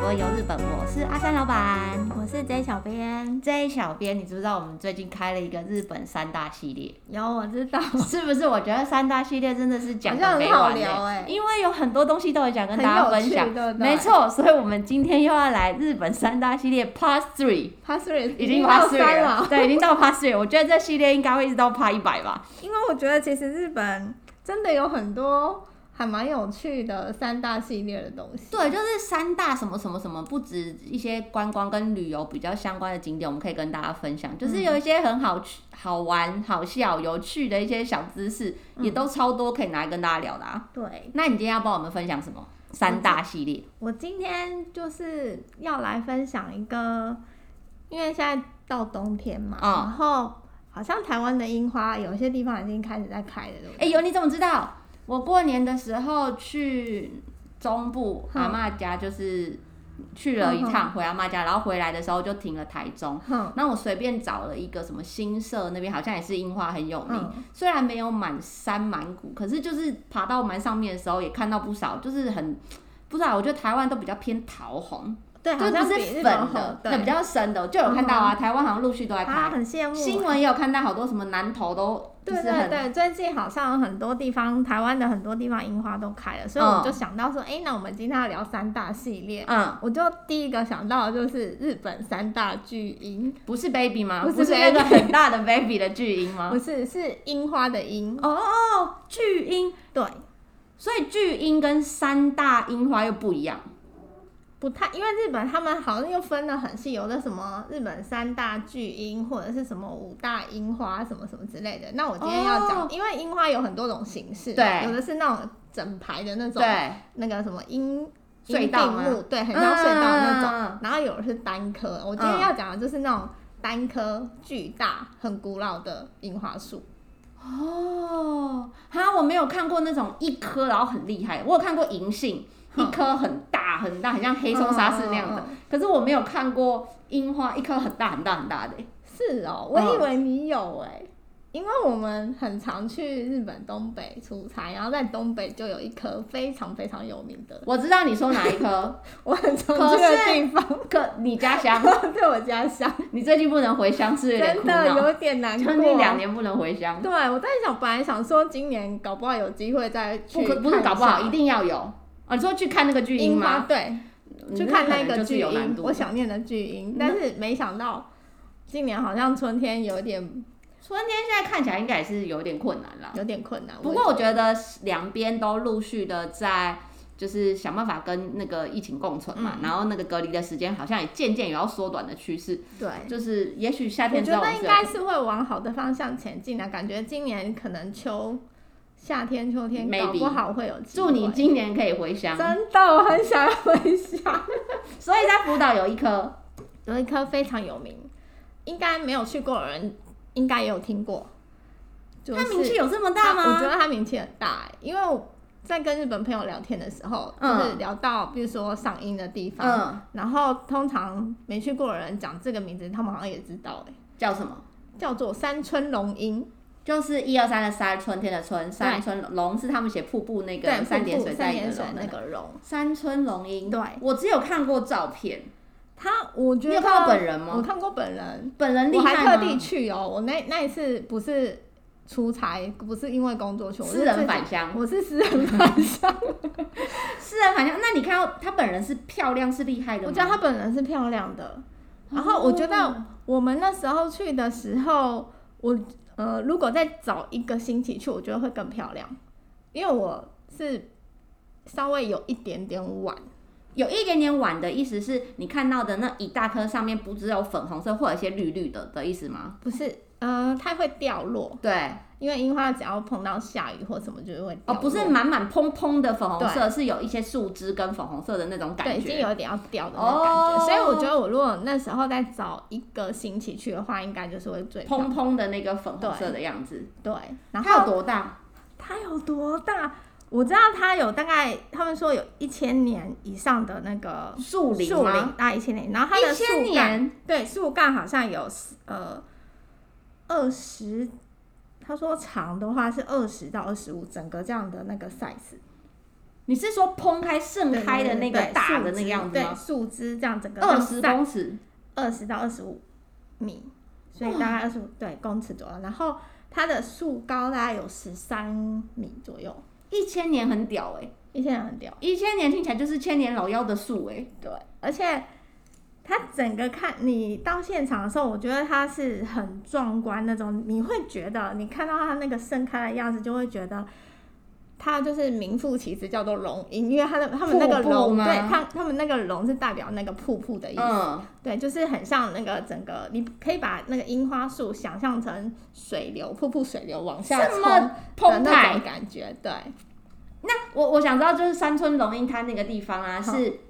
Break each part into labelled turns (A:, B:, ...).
A: 桌游日本，我是阿三老板
B: 我是 J 小编，
A: J 小编。你知不知道我们最近开了一个日本三大系 列？
B: 有我知道，
A: 是不是？我觉得三大系列真的是 讲
B: 好像
A: 的
B: 很
A: 没
B: 好
A: 完、
B: 聊
A: 欸
B: 欸
A: 因为有很多东西都有想跟
B: 很
A: 大家
B: 有
A: 分
B: 趣，
A: 享。
B: 对不对？
A: 没错，所以我们今天又要来日本三大系列 Part Three，
B: ，Part Three
A: 已经 Part
B: 到
A: Three
B: 三
A: 了，
B: 了。
A: 对，已经到 Part Three。我觉得这系列应该会一直到 Part 一百吧。
B: 因为我觉得其实日本真的有很多还蛮有趣的三大系列的东西。
A: 对，就是三大什么什么什么，不止一些观光跟旅游比较相关的景点，我们可以跟大家分享。就是
B: 嗯
A: 有一些很好去、好玩、好笑、有趣的一些小知识，也
B: 嗯
A: 都超多可以拿来跟大家聊的啊。
B: 对，
A: 那你今天要帮我们分享什么？三大系列，
B: 我今天就是要来分享一个，因为现在到冬天嘛，
A: 嗯
B: 然后好像台湾的樱花有一些地方已经开始在开了，对不
A: 哎、
B: 对？
A: 呦，你怎么知道？我过年的时候去中部
B: 嗯
A: 阿嬷家，就是去了一
B: 嗯嗯
A: 趟回阿嬷家，然后回来的时候就停了台中。
B: 哼，
A: 那我随便找了一个什么新社那边，好像也是樱花很有名，
B: 嗯
A: 虽然没有满山满谷，可是就是爬到蛮上面的时候也看到不少，就是很不知道，我觉得台湾都比较偏桃红，
B: 对，好
A: 就
B: 像
A: 不是
B: 比
A: 粉
B: 日本
A: 的
B: 红，，
A: 那比
B: 对，嗯
A: 较深的，就有看到啊，台湾好像陆续都在拍，
B: 他很羡慕
A: 新闻也有看到好多什么南投都就
B: 对
A: 是
B: 对
A: 很
B: 对，最近好像很多地方，台湾的很多地方樱花都开了，所以
A: 嗯
B: 我就想到说，哎、那我们今天要聊三大系列，
A: 嗯，
B: 我就第一个想到的就是日本三大巨樱，
A: 不是 baby 吗？
B: 不是
A: 不是那个
B: baby
A: 很大的 baby 的巨婴吗
B: 不？是是樱花的樱，
A: 哦哦，巨婴，
B: 对，
A: 所以巨婴跟三大樱花又不一样。
B: 不太，因为日本他们好像又分得很细，有的什么日本三大巨樱，或者是什么五大樱花什么什么之类的。那我今天要讲，
A: 哦
B: 因为樱花有很多种形式，
A: 对
B: 有的是那种整排的那种，
A: 对，
B: 那个什么樱
A: 隧道
B: 樱
A: 吗
B: 并木，对，很像隧道那种。
A: 嗯
B: 然后有的是单棵，我今
A: 嗯
B: 天要讲的就是那种单棵巨大、很古老的樱花树。
A: 哦，哈，我没有看过那种一颗然后很厉害，我有看过银杏，一
B: 嗯
A: 颗很大很大，很像黑松沙士那样的
B: 嗯嗯，
A: 可是我没有看过樱花一颗很大很大很大的欸。
B: 是哦，我以为你有哎、因为我们很常去日本东北出差，然后在东北就有一棵非常非常有名的，
A: 我知道你说哪一颗，
B: 我很常
A: 可
B: 去的
A: 是
B: 地方，
A: 可你家乡，
B: 在我家乡，
A: 你最近不能回乡，是不是有点
B: 真
A: 苦
B: 的
A: 恼？
B: 有点难过。
A: 将近两年不能回乡，
B: 对，我在想，本来想说今年搞不好有机会再
A: 不
B: 去
A: 可
B: 看一下，
A: 不是搞不好一定要有啊！你说去看那个巨
B: 樱
A: 樱
B: 花
A: 吗？
B: 对，
A: 嗯
B: 去看
A: 可能
B: 那个
A: 就是
B: 巨
A: 有难
B: 樱，
A: 度
B: 我。想念的巨樱
A: 嗯，
B: 但是没想到今年好像春天有点
A: 春天现在看起来应该也是有点困难啦。
B: 有点困难。
A: 不过啊我觉得两边都陆续的在，就是想办法跟那个疫情共存嘛，然后那个隔离的时间好像也渐渐有要缩短的趋势，
B: 对，
A: 就是也许夏
B: 我
A: 天之
B: 觉
A: 后
B: 得
A: 们
B: 应
A: 是有
B: 该是会往好的方向前进的、啊感觉今年可能秋、夏天、秋天
A: Maybe
B: 搞不好会有机
A: 祝
B: 会。
A: 你今年可以回乡。
B: 真的，我很想要回乡。
A: 所以在福岛有一颗，
B: 有一棵非常有名，应该没有去过的人应该也有听过。就
A: 它
B: 是
A: 名气有这么大
B: 他
A: 吗？
B: 我觉得他名气很大、欸，因为我在跟日本朋友聊天的时候，
A: 嗯
B: 就是聊到比如说赏樱的地方，
A: 嗯，
B: 然后通常没去过的人讲这个名字，他们好像也知道、欸，
A: 叫什么？
B: 叫做山村龙樱，
A: 就是一二三的山，春天的春，山
B: 对
A: 春龙是他们写瀑布那
B: 对，
A: 个三点
B: 瀑布
A: 水
B: 三
A: 在一个
B: 点水
A: 龙的
B: 那
A: 那个
B: 个龙，
A: 山村龙樱。
B: 对
A: 我只有看过照片，
B: 他我觉
A: 你
B: 得
A: 有看过本人
B: 我
A: 吗？
B: 看过本人，
A: 本人厉
B: 我还
A: 害
B: 特
A: 吗
B: 地？去哦、我那那一次不是出差，不是因为工作去，我是
A: 私人
B: 自己
A: 返乡。
B: 我是私人返乡，
A: 私人反正，啊那你看到她本人是漂亮是厉害的吗？哦
B: 我觉得她本人是漂亮的，然后我觉得我们那时候去的时候，我呃，如果再早一个星期去，我觉得会更漂亮，因为我是稍微有一点点晚，
A: 有一点点晚的意思是你看到的那一大颗上面不只有粉红色或者一些绿绿的的意思吗？
B: 不是呃，它会掉落，
A: 对，
B: 因为樱花只要碰到下雨或什么就会掉
A: 哦，
B: 落
A: 不是满满蓬蓬的粉红色，是有一些树枝跟粉红色的那种
B: 对，
A: 感
B: 已经
A: 觉。
B: 有点要掉的那种感觉，
A: 哦
B: 所以我觉得我如果那时候再早一个星期去的话，应该就是会最漂亮
A: 蓬蓬的那个粉红色的样子，
B: 对，然后
A: 它有多大？
B: 它有多大？我知道它有大概，他们说有一千年以上的那个
A: 树林
B: 树
A: 吗？
B: 龄，大概一千年。然后它
A: 一
B: 的树
A: 千
B: 干，
A: 年，
B: 对，树干好像有十呃二十，他说长的话是二十到二十五，整个这样的那个 size。
A: 你是说烹开盛
B: 对
A: 开的那个
B: 对对
A: 大
B: 树
A: 的那
B: 枝
A: 个样子
B: 对，
A: 吗？
B: 树枝这样整个
A: 二十公尺，
B: 二十到二十五米，所以大概二十五对公尺左右。然后它的树高大概有十三米左右，
A: 一千年很屌哎、
B: 一千人很屌。
A: 一千年听起来就是千年老妖的树哎、
B: 对，而且它整个看你到现场的时候，我觉得它是很壮观那种，你会觉得你看到它那个盛开的样子，就会觉得。它就是名副其实叫做龙吟，因为它的他们那个
A: 瀑布
B: 龙，
A: 吗
B: 对，它他们那个龙是代表那个瀑布的意思。
A: 嗯，
B: 对，就是很像那个整个，你可以把那个樱花树想象成水流，瀑布水流往下
A: 这
B: 冲
A: 么
B: 的
A: 澎
B: 那
A: 湃
B: 种。感觉。对，
A: 那我我想知道，就是山村龙应滩那个地方啊，
B: 好
A: 是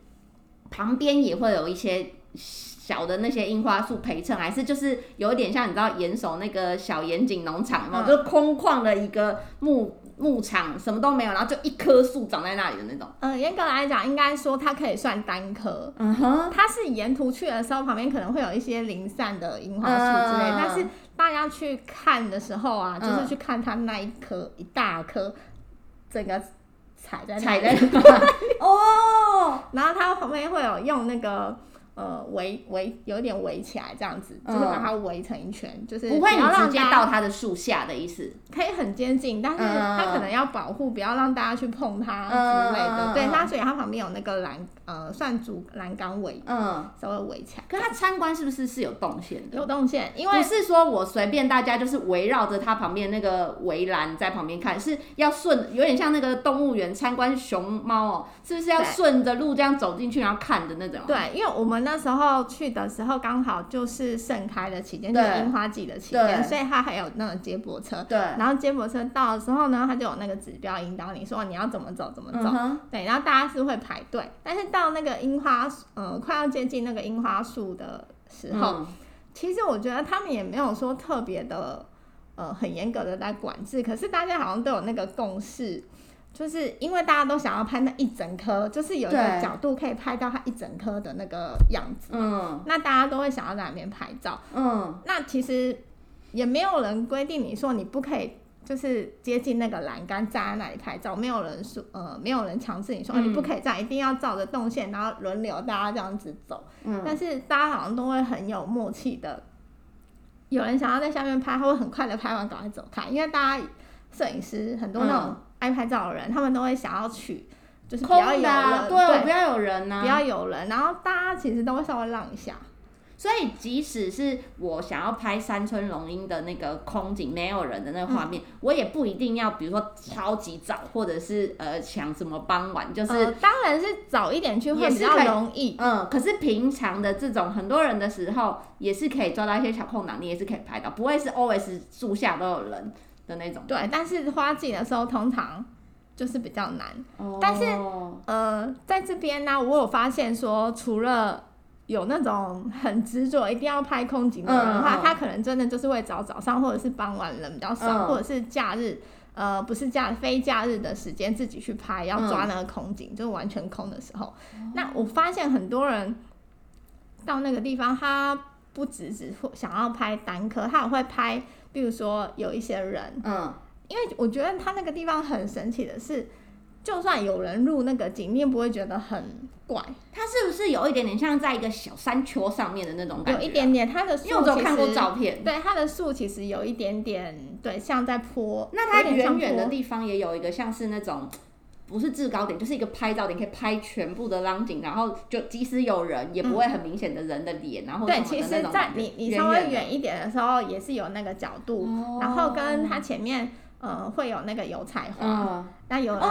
A: 旁边也会有一些小的那些樱花树陪衬，还是就是有点像你知道岩手那个小岩井农场嘛，
B: 嗯
A: 就是空旷的一个牧牧场，什么都没有，然后就一棵树长在那里的那种。
B: 嗯、严格来讲，应该说它可以算单棵。
A: 嗯哼，
B: 它是沿途去的时候，旁边可能会有一些零散的樱花树之类，
A: 嗯
B: 但是大家去看的时候啊，就是
A: 嗯
B: 去看它那一棵一大棵，整个踩在那
A: 踩
B: 里
A: 在 哦，
B: 然后它旁边会有用那个呃围围，有点围起来这样子，就是把它围成一圈，就是
A: 不会
B: 要
A: 你
B: 让
A: 直接
B: 大家
A: 到它的树下的意思。
B: 可以很接近，但是
A: 嗯
B: 它可能要保护，不要让大家去碰
A: 嗯
B: 它之类
A: 嗯嗯
B: 的。对，
A: 嗯
B: 它所以它旁边有那个栏呃算竹栏杆围，
A: 嗯，
B: 稍微围起来，
A: 可它参观是不是是有动线的？
B: 有动线，因
A: 不
B: 为
A: 是说我随便大家就是围绕着它旁边那个围栏在旁边看，是要顺，有点像那个动物园参观熊猫哦，是不是要
B: 对
A: 顺着路这样走进去然后看的那种？
B: 对，因为我们那时候去的时候刚好就是盛开的期间，就
A: 对
B: 是樱花季的期
A: 对
B: 间，所以它还有那个接驳车。
A: 对，
B: 然后接驳车到的时候呢，它就有那个指标引导你说你要怎么走怎么走
A: 嗯。哼，
B: 对，然后大家是会排队，但是到那个樱花树，呃，快要接近那个樱花树的时候，
A: 嗯
B: 其实我觉得他们也没有说特别的，呃，很严格的在管制，可是大家好像都有那个共识，就是因为大家都想要拍那一整颗，就是有一个
A: 对
B: 角度可以拍到它一整颗的那个样子，
A: 嗯
B: 那大家都会想要在那边拍照。
A: 嗯，
B: 那其实也没有人规定你说你不可以，就是接近那个栏杆站在那里拍照，没有人说呃，没有人强制你说、哦
A: 嗯
B: 你不可以这样，一定要照着动线，然后轮流大家这样子走。
A: 嗯
B: 但是大家好像都会很有默契的，有人想要在下面拍，他会很快的拍完赶快走开，因为大家摄影师很多那种爱拍照的人，他们都会想要取就是比
A: 嗯空
B: 较有
A: 的、啊，
B: 人，
A: 对，我不要有人呐、
B: 比较有人，然后大家其实都会稍微让一下。
A: 所以，即使是我想要拍山村龙樱的那个空景，没有人的那个画面，我也不一定要，比如说超级早，或者是呃抢什么傍晚，就是、
B: 呃当然是早一点去会
A: 也
B: 比
A: 是
B: 较
A: 可以
B: 容易。
A: 嗯，可是平常的这种很多人的时候，也是可以抓到一些小空档，你也是可以拍到，不会是 always 树下都有人的那种。
B: 对，但是花季的时候通常就是比较难。
A: 哦
B: 但是呃，在这边呢、我有发现说，除了有那种很执着一定要拍空景的人的话，
A: 嗯嗯
B: 他可能真的就是会找早上或者是傍晚人比较少，
A: 嗯
B: 或者是假日。呃，不是假非假日的时间自己去拍，要
A: 嗯
B: 抓那个空景，就是完全空的时
A: 哦
B: 候。那我发现很多人到那个地方，他不只只会想要拍单颗，他也会拍，比如说有一些人，
A: 嗯，
B: 因为我觉得它那个地方很神奇的是，就算有人入那个景，你也不会觉得很怪，
A: 它是不是有一点点像在一个小山丘上面的那种感觉
B: 有
A: 啊、
B: 一点点它的树
A: 因为我只有看过
B: 其实，
A: 照片。
B: 对它的树其实有一点点对，像在坡，
A: 那它
B: 有点像
A: 远远的
B: 坡
A: 地方也有一个像是那种。不是制高点，就是一个拍照点，可以拍全部的浪景，然后就即使有人，也不会很明显的人的脸，然后
B: 对，其实，在你你稍微
A: 远
B: 远一点的时候，也是有那个角
A: 的，
B: 度，
A: 哦
B: 然后跟它前面呃会有那个油菜花，
A: 嗯，
B: 那有人、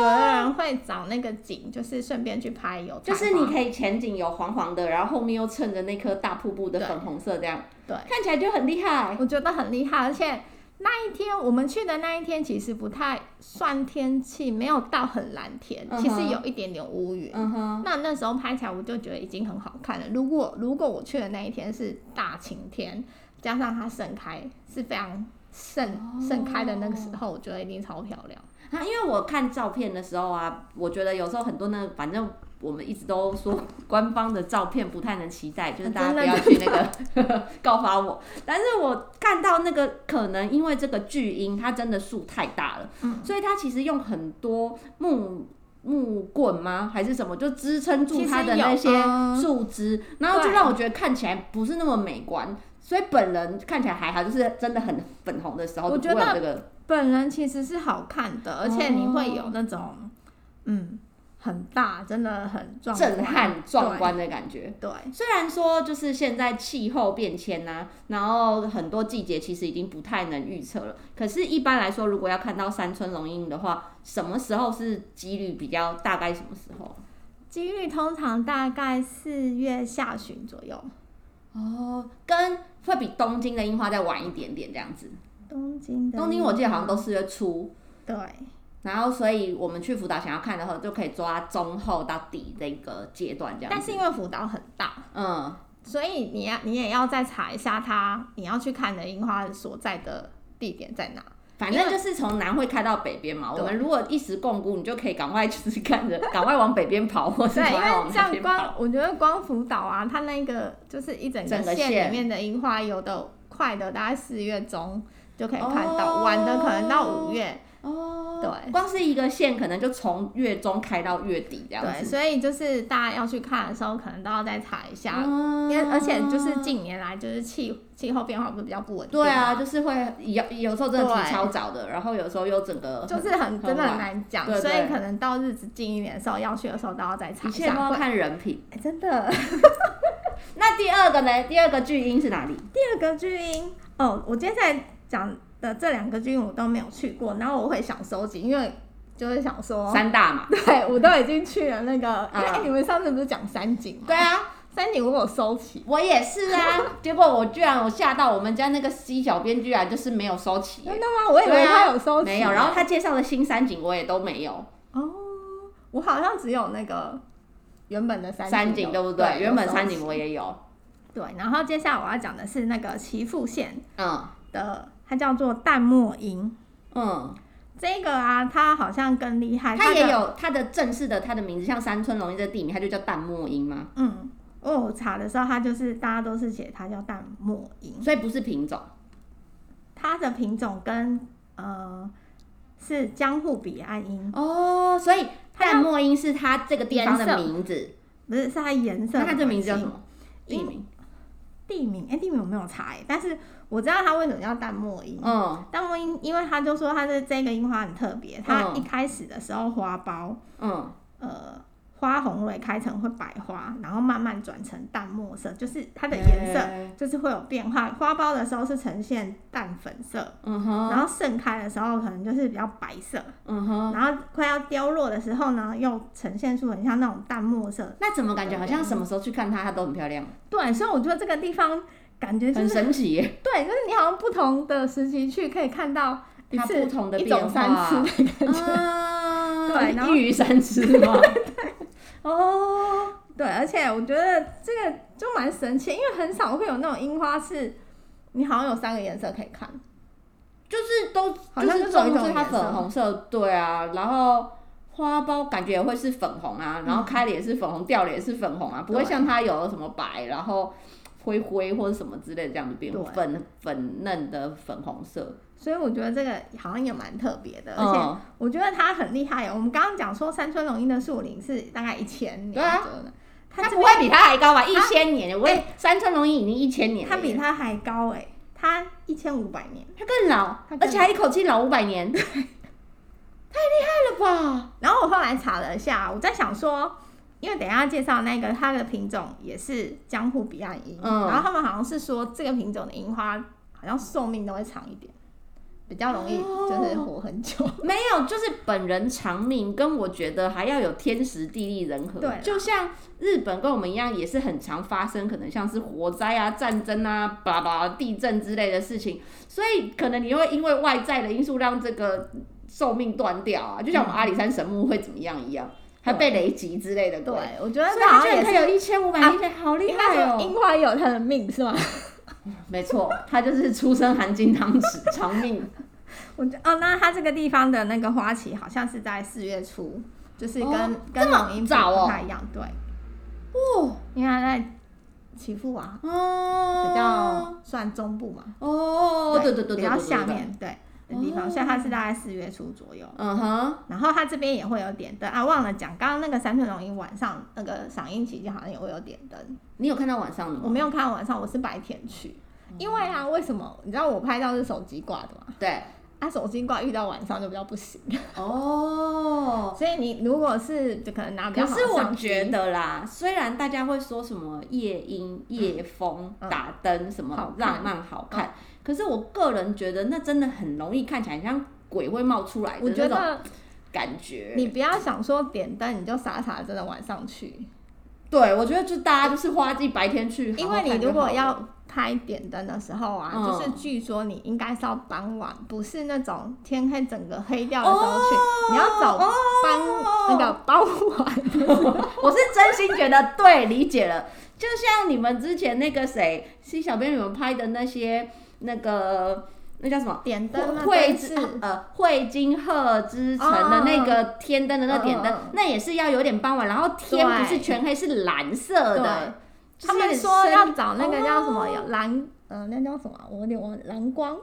B: 有的人会找那个景，就是顺便去拍油菜
A: 就
B: 花，
A: 是你可以前景有黄黄的，然后后面又衬着那颗大瀑布的
B: 对
A: 粉红色，这样
B: 对。
A: 看起来就很厉害。
B: 我觉得很厉害，而且那一天我们去的那一天其实不太算天气，没有到很蓝天，
A: 嗯哼
B: 其实有一点点乌云。
A: 嗯哼，
B: 那那时候拍起来我就觉得已经很好看了。如果如果我去的那一天是大晴天，加上它盛开是非常盛
A: 哦
B: 盛开的那个时候，我觉得一定超漂亮。
A: 啊，因为我看照片的时候啊，我觉得有时候很多那个，反正我们一直都说官方的照片不太能期待，就是大家
B: 啊真的
A: 不要去那个 告发我。但是我看到那个，可能因为这个巨婴它真的树太大了，
B: 嗯
A: 所以它其实用很多木木棍吗？还是什么，就支撑住
B: 其实
A: 它的
B: 有
A: 那些
B: 嗯
A: 树枝，然后就
B: 对
A: 让我觉得看起来不是那么美观。所以本人看起来还好，就是真的很粉红的时候，
B: 我
A: 就
B: 觉
A: 不会有
B: 得
A: 这个
B: 本人其实是好看的，而且你会有那种，嗯，很大，真的很壮观
A: 震撼壮。观的感觉。
B: 对，
A: 虽然说就是现在气候变迁呐、然后很多季节其实已经不太能预测了。可是，一般来说，如果要看到山村龙樱的话，什么时候是几率比较大概？什么时候？
B: 几率通常大概四月下旬左右。
A: 哦，跟会比东京的樱花再晚一点点这样子。
B: 东京的
A: 东京我记得好像都四月初，
B: 对，
A: 然后所以我们去福岛想要看的话，就可以抓中后到底的一个阶段这样
B: 但
A: 子。
B: 是因为福岛很大，
A: 嗯，
B: 所以你要你也要再查一下它你要去看的樱花所在的地点在哪。
A: 反正就是从南会开到北边嘛。
B: 对
A: 我们如果一时共估，你就可以赶快就是看着，赶快往北边跑，或哦是
B: 对，
A: 赶
B: 因
A: 快
B: 为
A: 往
B: 这
A: 南
B: 样
A: 边跑。
B: 光我觉得光福岛啊，它那个就是一整
A: 整
B: 个
A: 个
B: 县
A: 县
B: 里面的樱花，有的快的大概四月中就可以看
A: 哦
B: 到，晚的可能到五月。
A: 哦
B: 对
A: 光是一个县可能就从月中开到月底这样
B: 对，
A: 子。嗯
B: 所以就是大家要去看的时候，可能都要再查一下。因
A: 嗯
B: 为而且就是近年来就是气气候变化不是比较不稳定
A: 对啊，
B: 嘛，
A: 就是会有有时候真的挺
B: 对
A: 超早的，然后有时候又整个
B: 就是很真的很难讲，
A: 对
B: 所以
A: 对
B: 可能到日子近一点的时候要去的时候都要再查
A: 一
B: 一
A: 切都
B: 下
A: 要
B: 会。
A: 看人品。
B: 哎真的，
A: 那第二个呢？第二个巨婴是哪里？
B: 第二个巨婴哦，我接下来讲的这两个巨婴我都没有去过，然后我会想收集，因为就是想说，
A: 三大嘛。
B: 对我都已经去了那个，因为、
A: 嗯
B: 哎你们上次不是讲山景吗？
A: 对啊，
B: 山景我有收齐，
A: 我也是 啊。结果我居然我吓到我们家那个 C 小编居然就是没有收齐耶
B: 真的吗？我以为他啊有收齐、
A: 没有。然后他介绍的新山景我也都没有，
B: 哦，我好像只有那个原本的山
A: 山
B: 景
A: 景
B: 有
A: 对不对？原本山。
B: 有收
A: 景
B: 集
A: 我也有，
B: 对，然后接下来我要讲的是那个岐阜县
A: 嗯
B: 的，它叫做淡墨樱。
A: 嗯，
B: 这个啊，它好像更厉害，
A: 它
B: 的
A: 也有它的正式的它的名字，像山村龙一的地名，它就叫淡墨樱吗？
B: 嗯，因为我查的时候，它就是大家都是写它叫淡墨樱，
A: 所以不是品种
B: 它的品种跟呃是江户彼岸樱，
A: 哦，所以
B: 它叫
A: 淡墨樱是它这个地方的名字，
B: 不是是它颜色。
A: 那它这名字叫什？么？
B: 英
A: 地名？
B: 地名？哎、地名我没有查、哎，但是我知道它为什么叫淡墨樱。
A: 嗯
B: 淡墨樱，因为它就说它的这个樱花很特别，它
A: 嗯
B: 一开始的时候花苞，
A: 嗯，
B: 呃。花红蕊开成会白花，然后慢慢转成淡墨色，就是它的颜色
A: 色，
B: 就是会有变化。花苞的时候是呈现淡粉色，
A: 嗯哼，
B: 然后盛开的时候可能就是比较白色，
A: 嗯哼。
B: 然后快要凋落的时候呢，又呈现出很像那种淡墨色。
A: 那怎么感觉好像什么时候去看它，它都很漂亮，
B: 对，所以我觉得这个地方感觉就
A: 很
B: 是
A: 神奇耶！
B: 对，就是你好像不同的时期去可以看到一
A: 它
B: 次
A: 不同的
B: 一
A: 变
B: 种
A: 化
B: 三次的感觉。
A: 啊
B: 对然后
A: 一鱼三吃 吗？
B: 哦，对，而且我觉得这个就蛮神奇，因为很少会有那种樱花是你好像有三个颜色可以看。
A: 就是都
B: 好像
A: 是
B: 就只有一
A: 重
B: 种
A: 视它
B: 颜色
A: 粉红色，对啊，然后花苞感觉也会是粉红啊，然后开的也是粉红，掉的也是粉红啊，不会
B: 嗯对
A: 像它有什么白，然后灰灰或者什么之类的这样子变
B: 对
A: 粉粉嫩的粉红色，
B: 所以我觉得这个好像也蛮特别的，而且
A: 嗯，
B: 我觉得它很厉害哦。我们刚刚讲说山村龙樱的树龄是大概一千年
A: 对啊
B: 左右的，
A: 它
B: 这
A: 不
B: 边啊哎
A: 会比它还高吧？一千年，我也山村龙吟已经一千年了
B: 它
A: 耶，
B: 比它还高哎、它一千五百年。
A: 它更老
B: 它，更
A: 而且还一口气老五百 年，太厉害了吧？
B: 然后我后来查了一下，我在想说，因为等一下介绍那个它的品种也是江户彼岸樱，
A: 嗯
B: 然后他们好像是说这个品种的樱花好像寿命都会长一点，比较容易
A: 哦
B: 就是活很久。
A: 没有，就是本人长命，跟我觉得还要有天时地利人和。
B: 对啦
A: 就像日本跟我们一样，也是很常发生，可能像是火灾啊、战争啊、巴拉巴拉地震之类的事情，所以可能你会因为外在的因素让这个寿命断掉啊，就像我们阿里山神木会怎么样一样，还被雷击之类的。
B: 对
A: 鬼，，
B: 我觉得
A: 所以
B: 它
A: 它
B: 好
A: 居
B: 像也
A: 然可以
B: 是。
A: 有一千五百
B: 啊
A: 年前，好厉
B: 应该
A: 害
B: 说
A: 哦！
B: 樱花也有它的命是吗？
A: 没错，它就是出生含金汤匙，长命。
B: 我觉 哦，那它这个地方的那个花期好像是在四月初，就是跟、
A: 哦这
B: 跟
A: 么
B: 龙樱
A: 早哦
B: 不太一样，对，
A: 哦，
B: 因为它在岐阜啊，
A: 哦，
B: 比较算中部嘛，
A: 哦，对对对对，
B: 比较
A: 对对
B: 下
A: 对
B: 面对。的地方，
A: 哦
B: 所以它是大概四月初左右。
A: 嗯哼，
B: 然后它这边也会有点灯啊，忘了讲，刚刚那个三寸龙吟晚上那个赏樱期间好像也会有点灯，
A: 你有看到晚上的
B: 我
A: 吗？
B: 没有看到晚上，我是白天去，因为啊，为什么？你知道我拍照是手机挂的嘛？
A: 对，
B: 啊，手机挂遇到晚上就比较不行，
A: 哦。
B: 所以你如果是就可能拿比较
A: 可
B: 好
A: 是
B: 的
A: 我
B: 相机
A: 觉得啦，虽然大家会说什么夜莺、夜风、
B: 嗯
A: 打灯什
B: 好
A: 么
B: 看嗯
A: 浪漫好看，可是我个人觉得那真的很容易看起来像鬼会冒出来
B: 我
A: 的
B: 觉
A: 那种
B: 得
A: 感觉。
B: 你不要想说点灯，你就傻傻地真的晚上去，
A: 对我觉得就大家就是花季白天去，
B: 因
A: 好好
B: 为
A: 看
B: 你
A: 就
B: 如果
A: 好了
B: 要拍点灯的时候啊，
A: 嗯
B: 就是据说你应该是要傍晚，不是那种天黑整个黑掉的时候去，
A: 哦
B: 你要找
A: 哦
B: 傍、那个傍晚。
A: 我是真心觉得对，理解了。就像你们之前那个谁，西小编你们拍的那些那个那叫什么？
B: 点灯啊
A: 会
B: 灯
A: 之
B: 饰
A: 呃会金鹤之城的那个天灯的那点灯，
B: 嗯嗯嗯
A: 那也是要有点傍晚，然后天
B: 对
A: 不是全黑，是蓝色的。就是有
B: 他们
A: 点
B: 说
A: 深
B: 要找那个叫什么、
A: 哦
B: 有蓝，呃，那叫什么啊？我有点忘了，蓝光，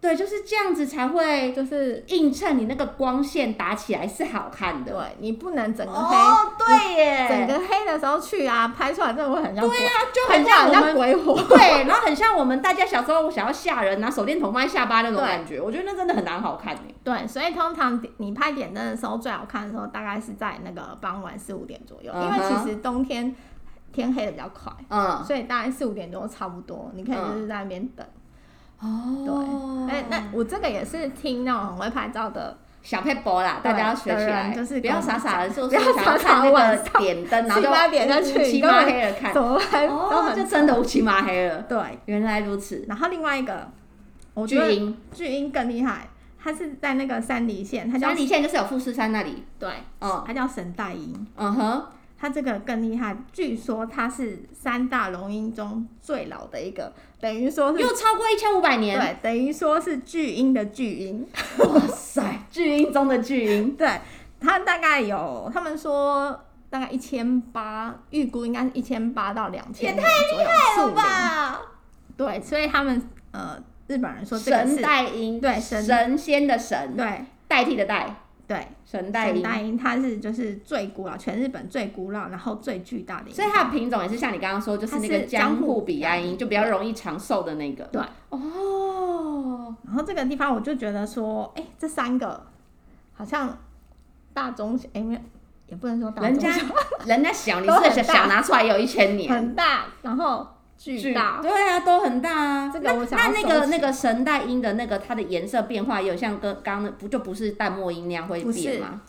A: 对，就是这样子才会
B: 就是
A: 映衬你那个光线打起来是好看的。
B: 对你不能整个黑，
A: 哦，对耶，
B: 整个黑的时候去啊，拍出来真的会很像鬼，
A: 对啊，就
B: 很
A: 很像
B: 像
A: 我
B: 很
A: 们
B: 像鬼火。
A: 对，然后很像我们大家小时候想要吓人，拿手电筒放在下巴那种
B: 对
A: 感觉，我觉得那真的很难好看哎。
B: 对，所以通常你拍点灯的时候，最好看的时候大概是在那个傍晚四五点左右，因为
A: 嗯哼
B: 其实冬天天黑的比较快，
A: 嗯，
B: 所以大概四五点多差不多，你可以就是在那边等。
A: 哦
B: 哎、那我这个也是听那种很会拍照的，
A: 小佩博啦，大家要学起来，
B: 对就是
A: 不要傻傻的说
B: 不要
A: 说想
B: 傻
A: 要
B: 傻
A: 看那
B: 晚
A: 个点灯，然 后
B: 七
A: 就
B: 八点再去
A: 乌漆
B: 根
A: 麻
B: 本
A: 黑的看，
B: 怎么拍都
A: 哦，
B: 很、
A: 就真的乌漆麻黑了。
B: 对。
A: 原来如此，
B: 然后另外一个，我
A: 巨
B: 觉得
A: 婴
B: 巨鹰更厉害，它是在那个山梨县，它叫
A: 山梨县就是有富士山那里，
B: 对，
A: 嗯
B: 它叫神代鹰。
A: 嗯哼，
B: 它这个更厉害，据说它是三大龙鹰中最老的一个，等于说是
A: 又超过一千五百年，
B: 对，等于说是巨鹰的巨鹰。
A: 哇塞，巨婴中的巨婴，
B: 对，它大概有，他们说大概一千八，预估应该是一千八到两千，也太厉害
A: 好？吧？
B: 对，所以他们呃，日本人说这个
A: 神
B: 是
A: 代音，
B: 对神
A: 神仙的神，
B: 对
A: 代替的代，
B: 对
A: 神代
B: 神
A: 音。
B: 代鹰，它是就是最古老，全日本最古老，然后最巨大的鹰，
A: 所以它的品种也是像你刚刚说，就是那
B: 它
A: 个
B: 是江
A: 江
B: 户
A: 户彼岸樱，就比较容易长寿的那个。
B: 对。
A: 哦，
B: 然后这个地方我就觉得说，哎、这三个好像大中小，哎、没有，也不能说大
A: 人
B: 中小
A: 家人家小，你
B: 都很
A: 是
B: 大
A: 想拿出来有一千年，
B: 很大，然后巨大，
A: 对啊，都很大啊。
B: 这个我想
A: 那
B: 要
A: 那
B: 收
A: 个
B: 起
A: 那个神代樱的那个它的颜色变化，也有像跟刚刚那不就不是淡墨樱那样会
B: 不是
A: 变吗？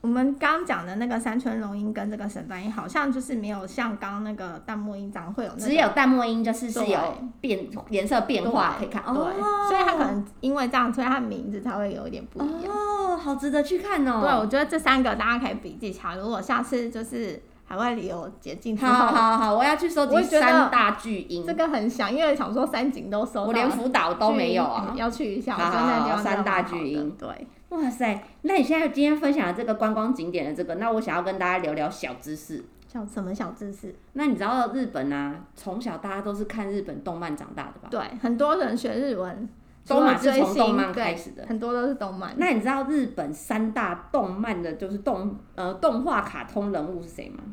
B: 我们刚讲的那个山村龙樱跟这个神丹樱，好像就是没有像刚刚那个淡墨樱长会有那
A: 只有淡墨樱就是是
B: 对
A: 有变颜色变化可以看。哦
B: 对，哦所以它可能因为这样，所以它名字才会有一点不一样。
A: 哦，好值得去看
B: 对，
A: 哦。
B: 我觉得这三个大家可以笔记起来。如果下次就是海外旅游解禁之
A: 好
B: 后，
A: 好好，我要去收
B: 我
A: 集
B: 也觉得
A: 三大巨樱
B: 这，个很想，因为想说三景都收到，
A: 我连福岛都没有啊
B: 嗯。要去一下。我
A: 好
B: 觉得那地
A: 好
B: 方
A: 好
B: 真的
A: 三大
B: 蛮好
A: 巨
B: 的
A: 婴
B: 对，
A: 哇塞！那你现在今天分享的这个观光景点的这个，那我想要跟大家聊聊小知识。
B: 叫什么小知识？
A: 那你知道日本啊，从小大家都是看日本动漫长大的吧？
B: 对，很多人学日文，
A: 都嘛
B: 除了
A: 是
B: 追
A: 从动
B: 星
A: 漫
B: 对
A: 开始的。
B: 很多都是动漫。
A: 那你知道日本三大动漫的，就是动呃动画卡通人物是谁吗？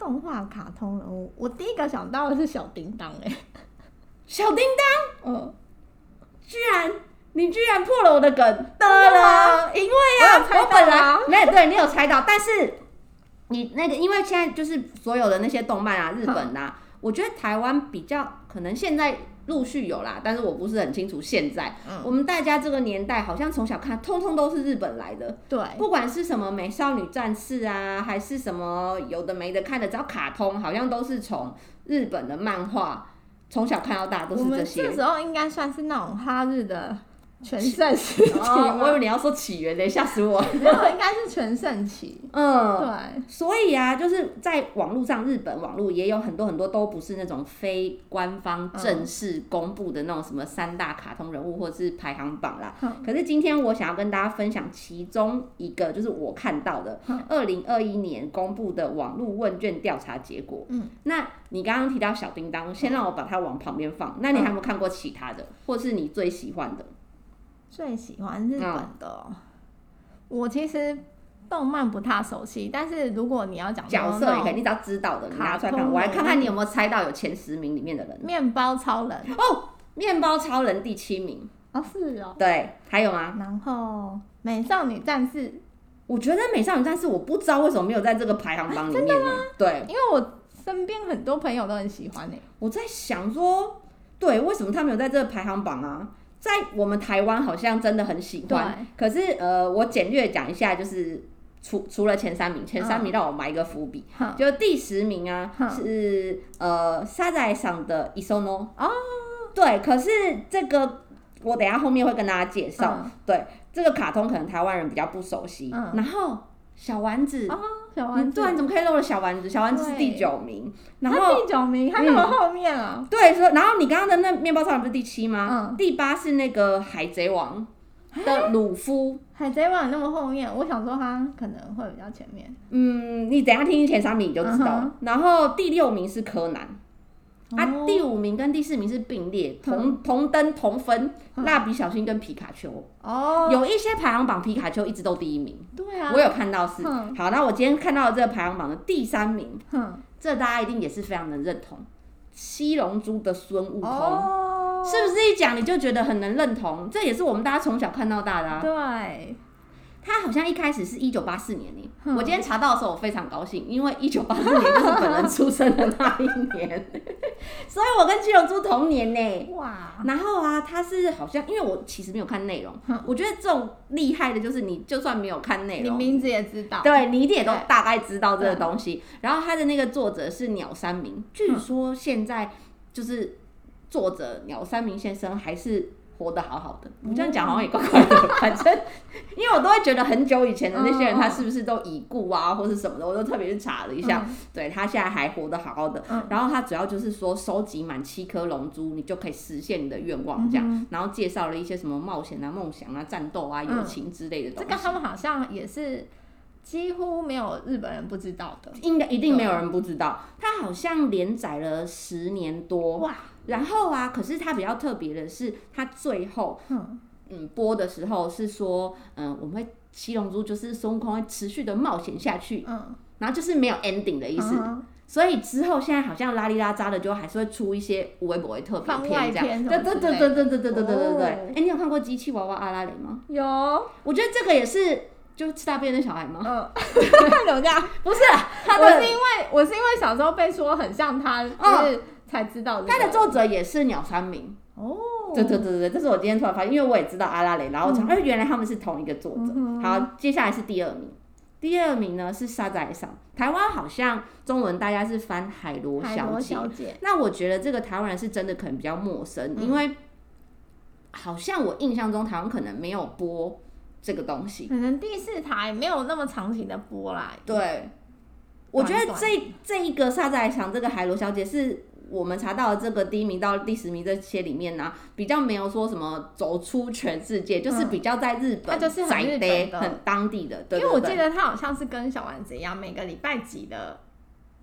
B: 动画卡通人物，我第一个想到的是小叮当、哎，
A: 小叮当，
B: 嗯，
A: 居然你居然破了我的梗，
B: 真的吗
A: 因为啊，
B: 我有猜到
A: 我本来
B: 啊
A: 没有对你有猜到，但是你那个因为现在就是所有的那些动漫
B: 嗯
A: 啊，日本啊，我觉得台湾比较可能现在陆续有啦，但是我不是很清楚现在。
B: 嗯
A: 我们大家这个年代好像从小看，通通都是日本来的，
B: 对，
A: 不管是什么美少女战士啊，还是什么有的没的看的，只要卡通，好像都是从日本的漫画从小看到大，都
B: 我
A: 是这
B: 们
A: 些
B: 这。时候应该算是那种哈日的全盛时期
A: 哦， 我以
B: 吗，
A: 为你要说起源嘞，吓死我！
B: 没有，应该是全盛期。
A: 嗯，
B: 对，
A: 所以啊，就是在网络上，日本网络也有很多很多都不是那种非官方正式公布的那种什么三大卡通人物或是排行榜啦。
B: 嗯
A: 可是今天我想要跟大家分享其中一个，就是我看到的
B: 嗯
A: 二零二一年公布的网络问卷调查结果。
B: 嗯，
A: 那你刚刚提到小叮
B: 嗯
A: 当，先让我把它往旁边放。那你还有没有看过其他的，或是你最喜欢的？
B: 最喜欢日本的哦、我其实动漫不太熟悉，但是如果你要讲
A: 角
B: 说
A: 色也可以，
B: 那种
A: 你只要知道的，你拿出来看，
B: 哦卡通哦
A: 我来看看
B: 的
A: 你有没有猜到有前十名里面的人
B: 面包超人
A: 哦。面包超人第七名，
B: 哦，是哦。
A: 对，还有吗？
B: 然后美少女战士，
A: 我觉得《美少女战士》我不知道为什么没有在这个排行榜里面、呢。对，
B: 因为我身边很多朋友都很喜欢欸呢、
A: 我在想说，对，为什么他没有在这个排行榜啊？在我们台湾好像真的很喜欢，可是呃，我简略讲一下，就是除除了前三名，前三名让我埋一个伏笔，
B: 哼
A: 就第十名啊
B: 哼
A: 是呃沙仔赏的 Isono 哦，对，可是这个我等一下后面会跟大家介绍，
B: 嗯
A: 对，这个卡通可能台湾人比较不熟悉，
B: 嗯
A: 然后小丸子
B: 哦，小
A: 你
B: 丸
A: 对
B: 子，
A: 啊，你怎么可以漏了小丸子？小丸子是第
B: 对
A: 九名，然
B: 他
A: 后
B: 第九名，他那么后面啊，
A: 对，说然后你刚刚的那面包超人不是第七吗？
B: 嗯
A: 第八是那个海贼王的鲁夫。
B: 海贼王那么后面，我想说他可能会比较前面。
A: 嗯，你等一下听前三名你就知道了。
B: 嗯
A: 然后第六名是柯南，啊，
B: 哦嗯
A: 第五名跟第四名是并列，同、同登同分。蜡笔小新跟皮卡丘，
B: 哦，
A: 有一些排行榜皮卡丘一直都第一名，
B: 对啊
A: 我，有看到是。
B: 嗯
A: 好，那我今天看到的这个排行榜的第三名，
B: 哼，
A: 这大家一定也是非常的认同，《七龙珠》的孙悟空。
B: 哦，
A: 是不是一讲你就觉得很能认同？这也是我们大家从小看到大的、啊。
B: 对，
A: 他好像一开始是一九八四年呢、
B: 嗯
A: 我今天查到的时候我非常高兴，因为一九八四年就是本人出生的那一年， 所以我跟七龙珠同年呢、
B: 哇，
A: 然后啊，他是好像因为我其实没有看内容
B: 嗯，
A: 我觉得这种厉害的就是你就算没有看内
B: 你
A: 容，
B: 名字也知道，
A: 对你一定也都
B: 对
A: 大概知道这个东西。然后他的那个作者是鸟山
B: 嗯
A: 明，据说现在就是作者鸟山明先生还是活得好好的。
B: 嗯
A: 我这样讲好像也怪怪的，反正因为我都会觉得很久以前的那些人，
B: 嗯嗯
A: 他是不是都已故啊，或是什么的，我都特别去查了一下。对他现在还活得好好的。
B: 嗯
A: 然后他主要就是说，收集满七颗龙珠，你就可以实现你的愿望，
B: 嗯
A: 这样。
B: 哼
A: 然后介绍了一些什么冒险啊、梦想啊、战斗啊、友
B: 嗯
A: 情之类的东
B: 这
A: 西。
B: 个他们好像也是几乎没有日本人不知道的，
A: 应该一定没有人不知道，它好像连载了十年多。
B: 哇，
A: 然后啊，可是它比较特别的是，它最后
B: 嗯，
A: 嗯播的时候是说，嗯，我们会七龙珠就是孙悟空会持续的冒险下去，
B: 嗯，
A: 然后就是没有 ending 的意思。
B: 嗯
A: 所以之后现在好像拉里拉扎的就还是会出一些无微不微特别
B: 番外
A: 片这样。
B: 篇
A: 对
B: 什
A: 对
B: 么
A: 对对对
B: 之
A: 对对对对对对。哎、
B: 哦
A: 你有看过《机器娃娃阿拉蕾》吗？
B: 有，嗯，
A: 我觉得这个也是，就是吃大便的小孩吗？
B: 怎么这样？
A: 不是啊，他
B: 我
A: 的
B: 嗯是因为我是因为小时候被说很像他，就是才知道这
A: 嗯
B: 个
A: 他的作者也是鸟山明。
B: 哦，
A: 对对对对，这是我今天突然发现，因为我也知道阿拉蕾，然后我想，哎、原来他们是同一个作者。
B: 嗯嗯哼
A: 好，接下来是第二名，第二名呢是沙仔上，台湾好像中文大家是翻海螺
B: 海
A: 小
B: 螺
A: 姐。
B: 小姐，嗯
A: 那我觉得这个台湾人是真的可能比较陌生，因为好像我印象中台湾可能没有播这个东西。
B: 可能第四台没有那么长期的播啦，
A: 对，我觉得
B: 短短
A: 这这一个沙仔想这个海螺小姐是我们查到的这个第一名到第十名这些里面呢、比较没有说什么走出全世界，就是比较在日本，
B: 它嗯就是很
A: 在地
B: 日本的
A: 很当地的，对
B: 因为我记
A: 对
B: 得他好像是跟小丸子一样，每个礼拜几的，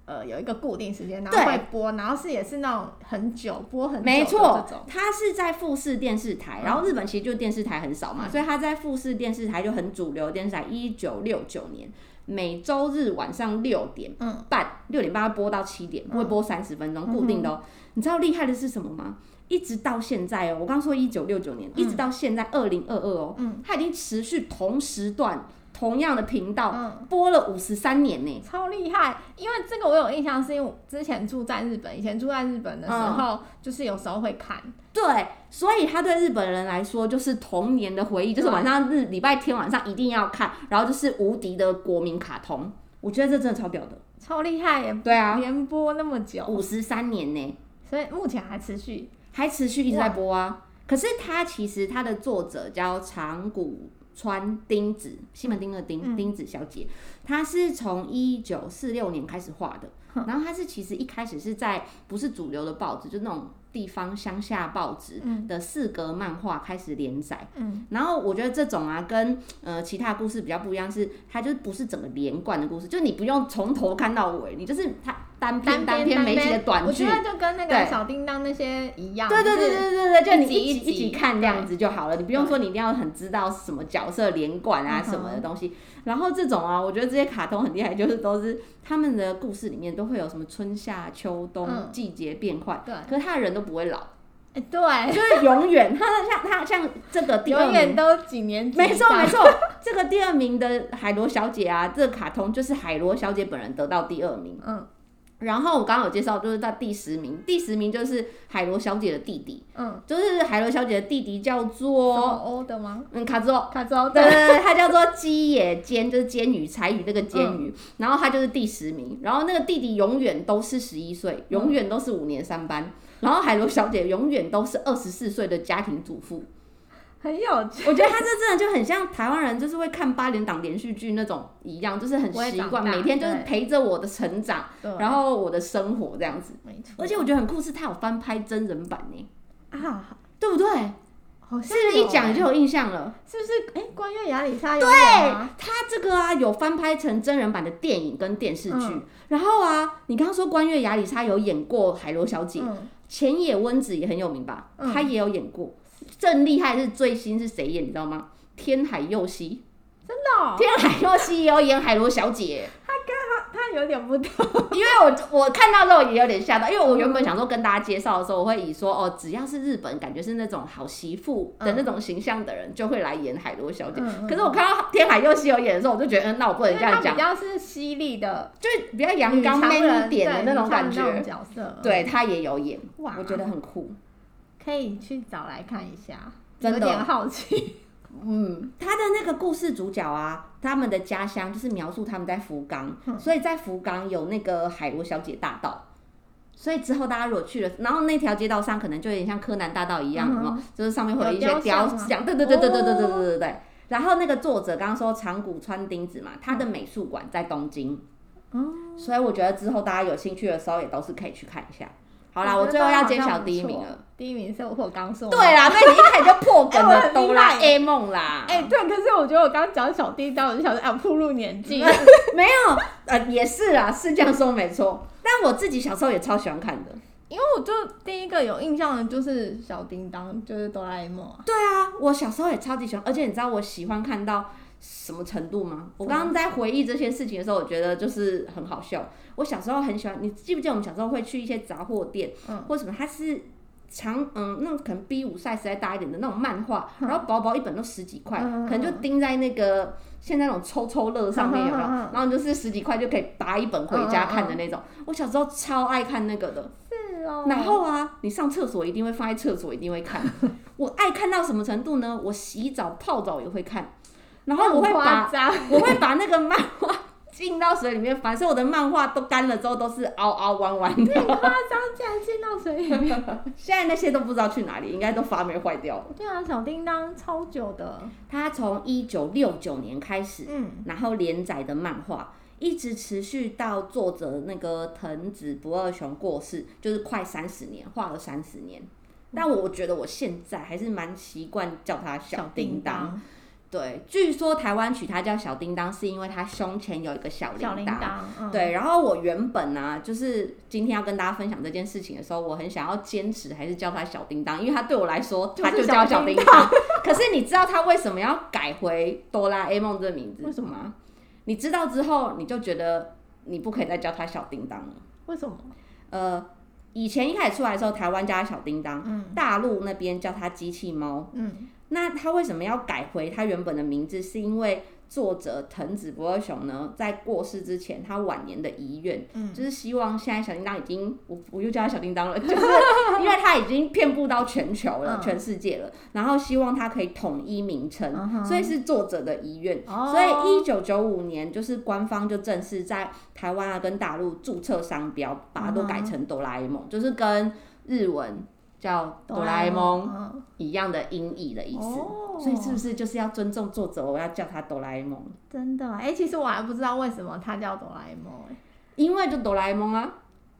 B: 呃，有一个固定时间，然后
A: 对
B: 会播，然后是也是那种很久播很
A: 对没
B: 久的
A: 错
B: 这种，，嗯
A: 它是在富士电视台，然后日本其实就电视台很少嘛，所以它在富士电视台就很主流的电视台，一九六九年每周日晚上六点
B: 嗯，
A: 半六点半要播到七点，
B: 嗯
A: 会播三十分钟，固定的哦。你知道厉害的是什么吗？一直到现在哦，我刚说一九六九年，一直到现在二零二二哦，
B: 嗯
A: 它已经持续同时段同样的频道、
B: 嗯
A: 播了五十三年呢。
B: 超厉害。因为这个我有印象，是因为我之前住在日本，以前住在日本的时候，
A: 嗯
B: 就是有时候会看，
A: 对，所以它对日本人来说就是童年的回忆，就是晚上日礼拜天晚上一定要看，然后就是无敌的国民卡通。我觉得这真的超屌的。
B: 超厉害耶，
A: 对啊，
B: 连播那么久，
A: 五十三年呢。
B: 所以目前还持续。
A: 还持续一直在播啊。可是它其实它的作者叫长谷川丁子，西门町的丁、
B: 嗯
A: 丁子小姐，她是从一九四六年开始画的。
B: 哼
A: 然后她是其实一开始是在不是主流的报纸，就那种地方乡下报纸
B: 嗯
A: 的四格漫画开始连载。
B: 嗯，
A: 然后我觉得这种啊，跟呃其他故事比较不一样是，它就不是整个连贯的故事，就你不用从头看到尾，你就是它单片
B: 单
A: 单
B: 单
A: 每一集的短
B: 我
A: 剧。
B: 觉得就跟那个
A: 对
B: 小叮当那些一样，
A: 对对
B: 就
A: 对
B: 是
A: 对对对，就你
B: 一集
A: 一
B: 一集
A: 集一集看这样子就好了，你不用说你一定要很知道什么角色连贯啊
B: 嗯哼
A: 什么的东西。然后这种啊，我觉得这些卡通很厉害，就是都是他们的故事里面都会有什么春夏秋冬
B: 嗯
A: 季节变换，
B: 对，
A: 可是他的人都不会老，
B: 哎对，
A: 就是永远他像他像这个第二
B: 永
A: 名
B: 远都几年级
A: 没错
B: 这样
A: 没错，这个第二名的海螺小姐啊，这个卡通就是海螺小姐本人得到第二名。
B: 嗯
A: 然后我刚刚有介绍，就是到第十名，第十名就是海螺小姐的弟弟，
B: 嗯，
A: 就是海螺小姐的弟弟叫
B: 什
A: 做
B: 么欧的吗？
A: 嗯卡兹欧，
B: 卡州
A: 对
B: 的，
A: 对对，他叫做鸡野煎，就是煎鱼柴鱼那个煎鱼，然后他就是第十名，然后那个弟弟永远都是十一岁，永远都是五年三班，然后海螺小姐永远都是二十四岁的家庭主妇。
B: 很有 趣，
A: 我觉得他这真的就很像台湾人，就是会看八点档连续剧那种一样，就是很
B: 我也
A: 习
B: 长
A: 惯，
B: 大
A: 每天就是
B: 对
A: 陪着我的成长，
B: 对，
A: 然后我的生活这样子。
B: 没错，
A: 而且我觉得很酷，是他有翻拍真人版呢，
B: 啊，
A: 对不对？
B: 好
A: 是
B: 像
A: 不是一
B: 有
A: 讲
B: 哎
A: 就有印象了？
B: 是不是？哎，关于亚里莎有演吗？
A: 他这个啊，有翻拍成真人版的电影跟电视剧。
B: 嗯
A: 然后啊，你刚刚说关月雅里莎有演过海螺小姐，
B: 嗯，
A: 浅野温子也很有名吧？
B: 嗯
A: 她也有演过。正厉害是最新是谁演？你知道吗？天海佑希，
B: 真的哦，
A: 天海佑希也有演海螺小姐。
B: 他他有点不懂，
A: 因为我我看到之后也有点吓到，因为我原本想说跟大家介绍的时候，我会以说哦，只要是日本，感觉是那种好媳妇的那种形象的人，就会来演海螺小姐。
B: 嗯嗯
A: 可是我看到天海佑希有演的时候，我就觉得，嗯，那我不能
B: 因
A: 这
B: 为
A: 样
B: 他
A: 讲
B: 比，较是犀利的
A: 就是比较阳刚
B: 女强
A: man
B: 人
A: 一点的
B: 对
A: 那种感
B: 女强人那
A: 觉嗯
B: 种。角色，
A: 对他也有演，
B: 哇
A: 我觉得很酷。
B: 可以去找来看一下，
A: 真的
B: 有点好奇。
A: 嗯，他的那个故事主角啊，他们的家乡就是描述他们在福冈，所以在福冈有那个海螺小姐大道。所以之后大家如果去了，然后那条街道上可能就有点像柯南大道一样，
B: 嗯
A: 有没有就是上面会有一些
B: 有雕
A: 雕
B: 像吗哦
A: 像，对对对对对对对对对对。然后那个作者刚刚说长谷川町子嘛，他的美术馆在东京，
B: 嗯，
A: 所以我觉得之后大家有兴趣的时候也都是可以去看一下。好啦，
B: 我
A: 我
B: 觉
A: 最
B: 得
A: 后要
B: 好
A: 揭
B: 像
A: 晓
B: 不
A: 第一
B: 错
A: 名了。。
B: 第一名是我刚说的，
A: 对啦，妹子一开始就破梗
B: 哎我
A: 了
B: 很
A: 哆
B: 厉
A: 啦
B: 害
A: A 梦啦。
B: 哎、对，可是我觉得我刚讲小叮当，我就想说啊，步入年纪，
A: 没有，呃，也是啦，是这样说没错。但我自己小时候也超喜欢看的。
B: 因为我就第一个有印象的就是小叮当，就是哆啦 A 梦啊，
A: 对啊，我小时候也超级喜欢，而且你知道我喜欢看到什么程度吗？我刚刚在回忆这些事情的时候，我觉得就是很好笑。我小时候很喜欢，你记不记得我们小时候会去一些杂货店，
B: 嗯
A: 或什么？它是长嗯，那种可能 B 五 size 再大一点的那种漫画，然后薄薄一本都十几块，
B: 嗯嗯嗯
A: 可能就钉在那个现在那种抽抽乐上面有没有？
B: 嗯嗯嗯嗯
A: 然后你就是十几块就可以拔一本回家看的那种。我小时候超爱看那个的。
B: 是哦
A: 然后啊，你上厕所一定会放在厕所，一定会 看。我爱看到什么程度呢？我洗澡、泡澡也会看，然后我会把
B: 夸张，
A: 我会把那个漫画 浸到水里面，反正我的漫画都干了之后都是凹凹弯弯
B: 你很
A: 的。
B: 夸张，竟然进到水里面。
A: 现在那些都不知道去哪里，应该都发霉坏掉了。
B: 对啊，小叮当超久的，
A: 它从一九六九年开始，
B: 嗯，
A: 然后连载的漫画。一直持续到作者那个藤子不二雄过世，就是快三十年，画了三十年。但我觉得我现在还是蛮习惯叫他小叮当。，对，据说台湾取他叫小叮当，是因为他胸前有一个小
B: 小
A: 铃
B: 铃
A: 铛。
B: 铛，嗯，
A: 对，然后我原本呢、就是今天要跟大家分享这件事情的时候，我很想要坚持还是叫他小叮当，因为他对我来说
B: 就是
A: 他就叫小
B: 小
A: 叮
B: 叮
A: 当。可是你知道他为什么要改回哆啦 A 梦这个名字？
B: 为什么
A: 么？你知道之后，你就觉得你不可以再叫他小叮当了。
B: 为什么？
A: 呃，以前一开始出来的时候，台湾叫他小叮当，
B: 嗯
A: 大陆那边叫他机器猫。
B: 嗯，
A: 那他为什么要改回他原本的名字？是因为作者藤子不二雄呢，在过世之前，他晚年的遗愿，
B: 嗯
A: 就是希望现在小叮当已经，我我又叫他小叮当了， 就是因为他已经遍布到全球了，
B: 嗯
A: 全世界了，然后希望他可以统一名称，
B: 嗯哼
A: 所以是作者的遗愿。
B: 哦
A: 所以一九九五年，就是官方就正式在台湾啊跟大陆注册商标，把它都改成哆啦 A 梦，就是跟日文叫哆啦 A 梦。
B: 嗯
A: 一样的音译的意思。
B: 哦
A: 所以是不是就是要尊重作者？我要叫他哆啦 A 梦，
B: 真的，哎，其实我还不知道为什么它叫哆啦 A 梦，哎，
A: 因为就哆啦 A 梦啊。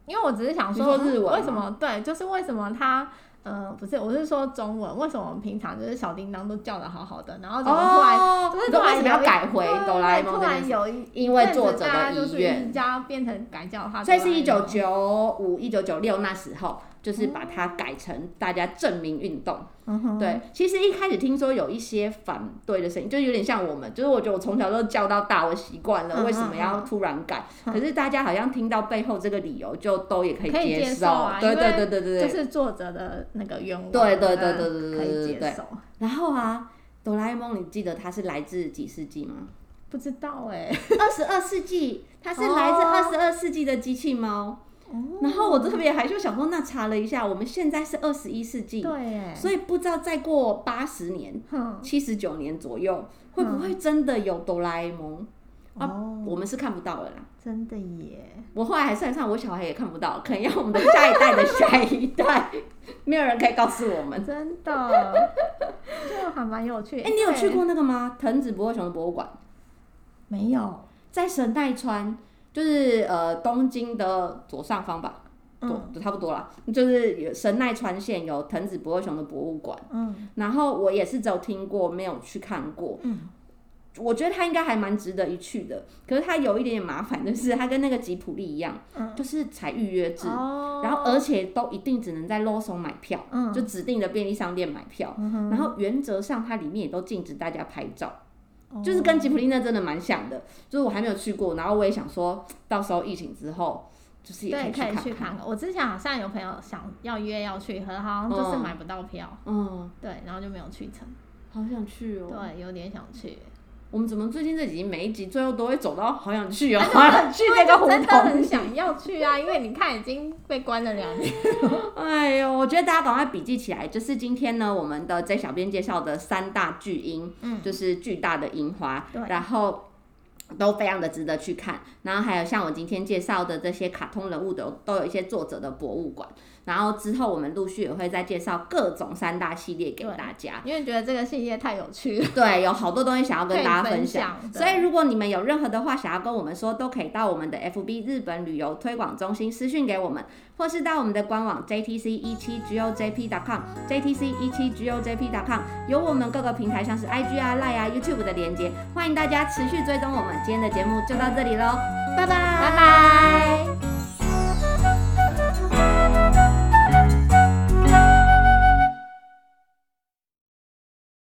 B: 因为我只是想
A: 你说日文吗
B: 为什么？对，就是为什么它嗯，不是，我是说中文，为什么我们平常就是小叮当都叫的好好的，然后怎么突然、
A: 哦，
B: 就是
A: 你
B: 突
A: 说为
B: 然
A: 什么要
B: 有一
A: 改回
B: 对
A: 哆啦 A 梦
B: 突
A: 这件
B: 然
A: 事？
B: 有一
A: 因为
B: 阵子
A: 作者
B: 大家
A: 的
B: 就是
A: 遗愿，
B: 一家变成改叫他，
A: 所以是一九。九五、一九九六那时候，就是把它改成大家证明运动。
B: 嗯哼，
A: 对，其实一开始听说有一些反对的声音，就是有点像我们，就是我觉得我从小都叫到大，我习惯了，
B: 嗯
A: 为什么要
B: 嗯嗯
A: 突然改？
B: 嗯
A: 可是大家好像听到背后这个理由，就都也可以
B: 可以
A: 接
B: 接受啊
A: 对
B: 因
A: 对
B: 为
A: 对对对
B: 这
A: 对。
B: 是作者的那个愿望，
A: 对对
B: 我觉得
A: 对对对对
B: 可
A: 对
B: 以
A: 对对
B: 接受。
A: 然后啊，哆啦 A 梦，你记得它是来自几世纪吗？
B: 不知道哎、
A: 二十二世纪，它是来自
B: 哦
A: 二十二世纪的机器猫。嗯然后我特别还就想说，那查了一下，我们现在是二十一世纪，
B: 对哎，
A: 所以不知道再过八十年、
B: 哼，
A: 七十九年左右，会不会真的有哆啦 A 梦？啊
B: 哦，
A: 我们是看不到了啦。
B: 真的耶，
A: 我后来还算一算，我小孩也看不到，可能要我们的下一代的下一代，没有人可以告诉我们。
B: 真的， 就还蛮有趣。
A: 哎、你有去
B: 对？
A: 过那个吗？藤子不二雄的博物馆？
B: 没有，
A: 在神奈川，就是呃东京的左上方吧，左、差不多啦，就是有神奈川县有藤子不二雄的博物馆，
B: 嗯，
A: 然后我也是只有听过，没有去看过，嗯。我觉得它应该还蛮值得一去的，可是它有一点点麻烦，就是它跟那个吉普力一样，
B: 嗯
A: 就是采预约制，
B: 哦，
A: 然后而且都一定只能在 l o s o n 买票，
B: 嗯
A: 就指定的便利商店买票，然后原则上它里面也都禁止大家拍照。
B: 哦
A: 就是跟吉普力那真的蛮像的，就是我还没有去过，然后我也想说，到时候疫情之后，就是也
B: 对，
A: 以去
B: 可以
A: 看
B: 去看看。我之前好像有朋友想要约要去，可是好像就是
A: 嗯
B: 买不到票，
A: 嗯，
B: 对，然后就没有去成。
A: 好想去哦！
B: 对，有点想去。
A: 我们怎么最近这几集每一集最后都会走到好想去 哦，好想去那个
B: 因
A: 胡
B: 为真的很
A: 同？
B: 想要去啊，因为你看已经被关了两年。
A: 哎呦，我觉得大家赶快笔记起来，就是今天呢，我们的 J 小编介绍的三大巨樱，
B: 嗯，
A: 就是巨大的樱花
B: 对，
A: 然后。都非常的值得去看，然后还有像我今天介绍的这些卡通人物的，都有一些作者的博物馆。然后之后我们陆续也会再介绍各种三大系列给
B: 对
A: 大家。
B: 因为觉得这个系列太有趣了，
A: 对，有好多东西想要
B: 可
A: 跟
B: 以
A: 大家
B: 分
A: 分享。
B: 对
A: 所以，如果你们有任何的话想要跟我们说，都可以到我们的 FB 日本旅游推广中心私讯给我们，或是到我们的官网 JTC 一七 GOJP.com JTC 一七 GOJP.com 有我们各个平台像是 IG 啊、Line 啊、YouTube 的连接，欢迎大家持续追踪我们。今天的节目就到这里喽，拜拜，
B: 拜拜。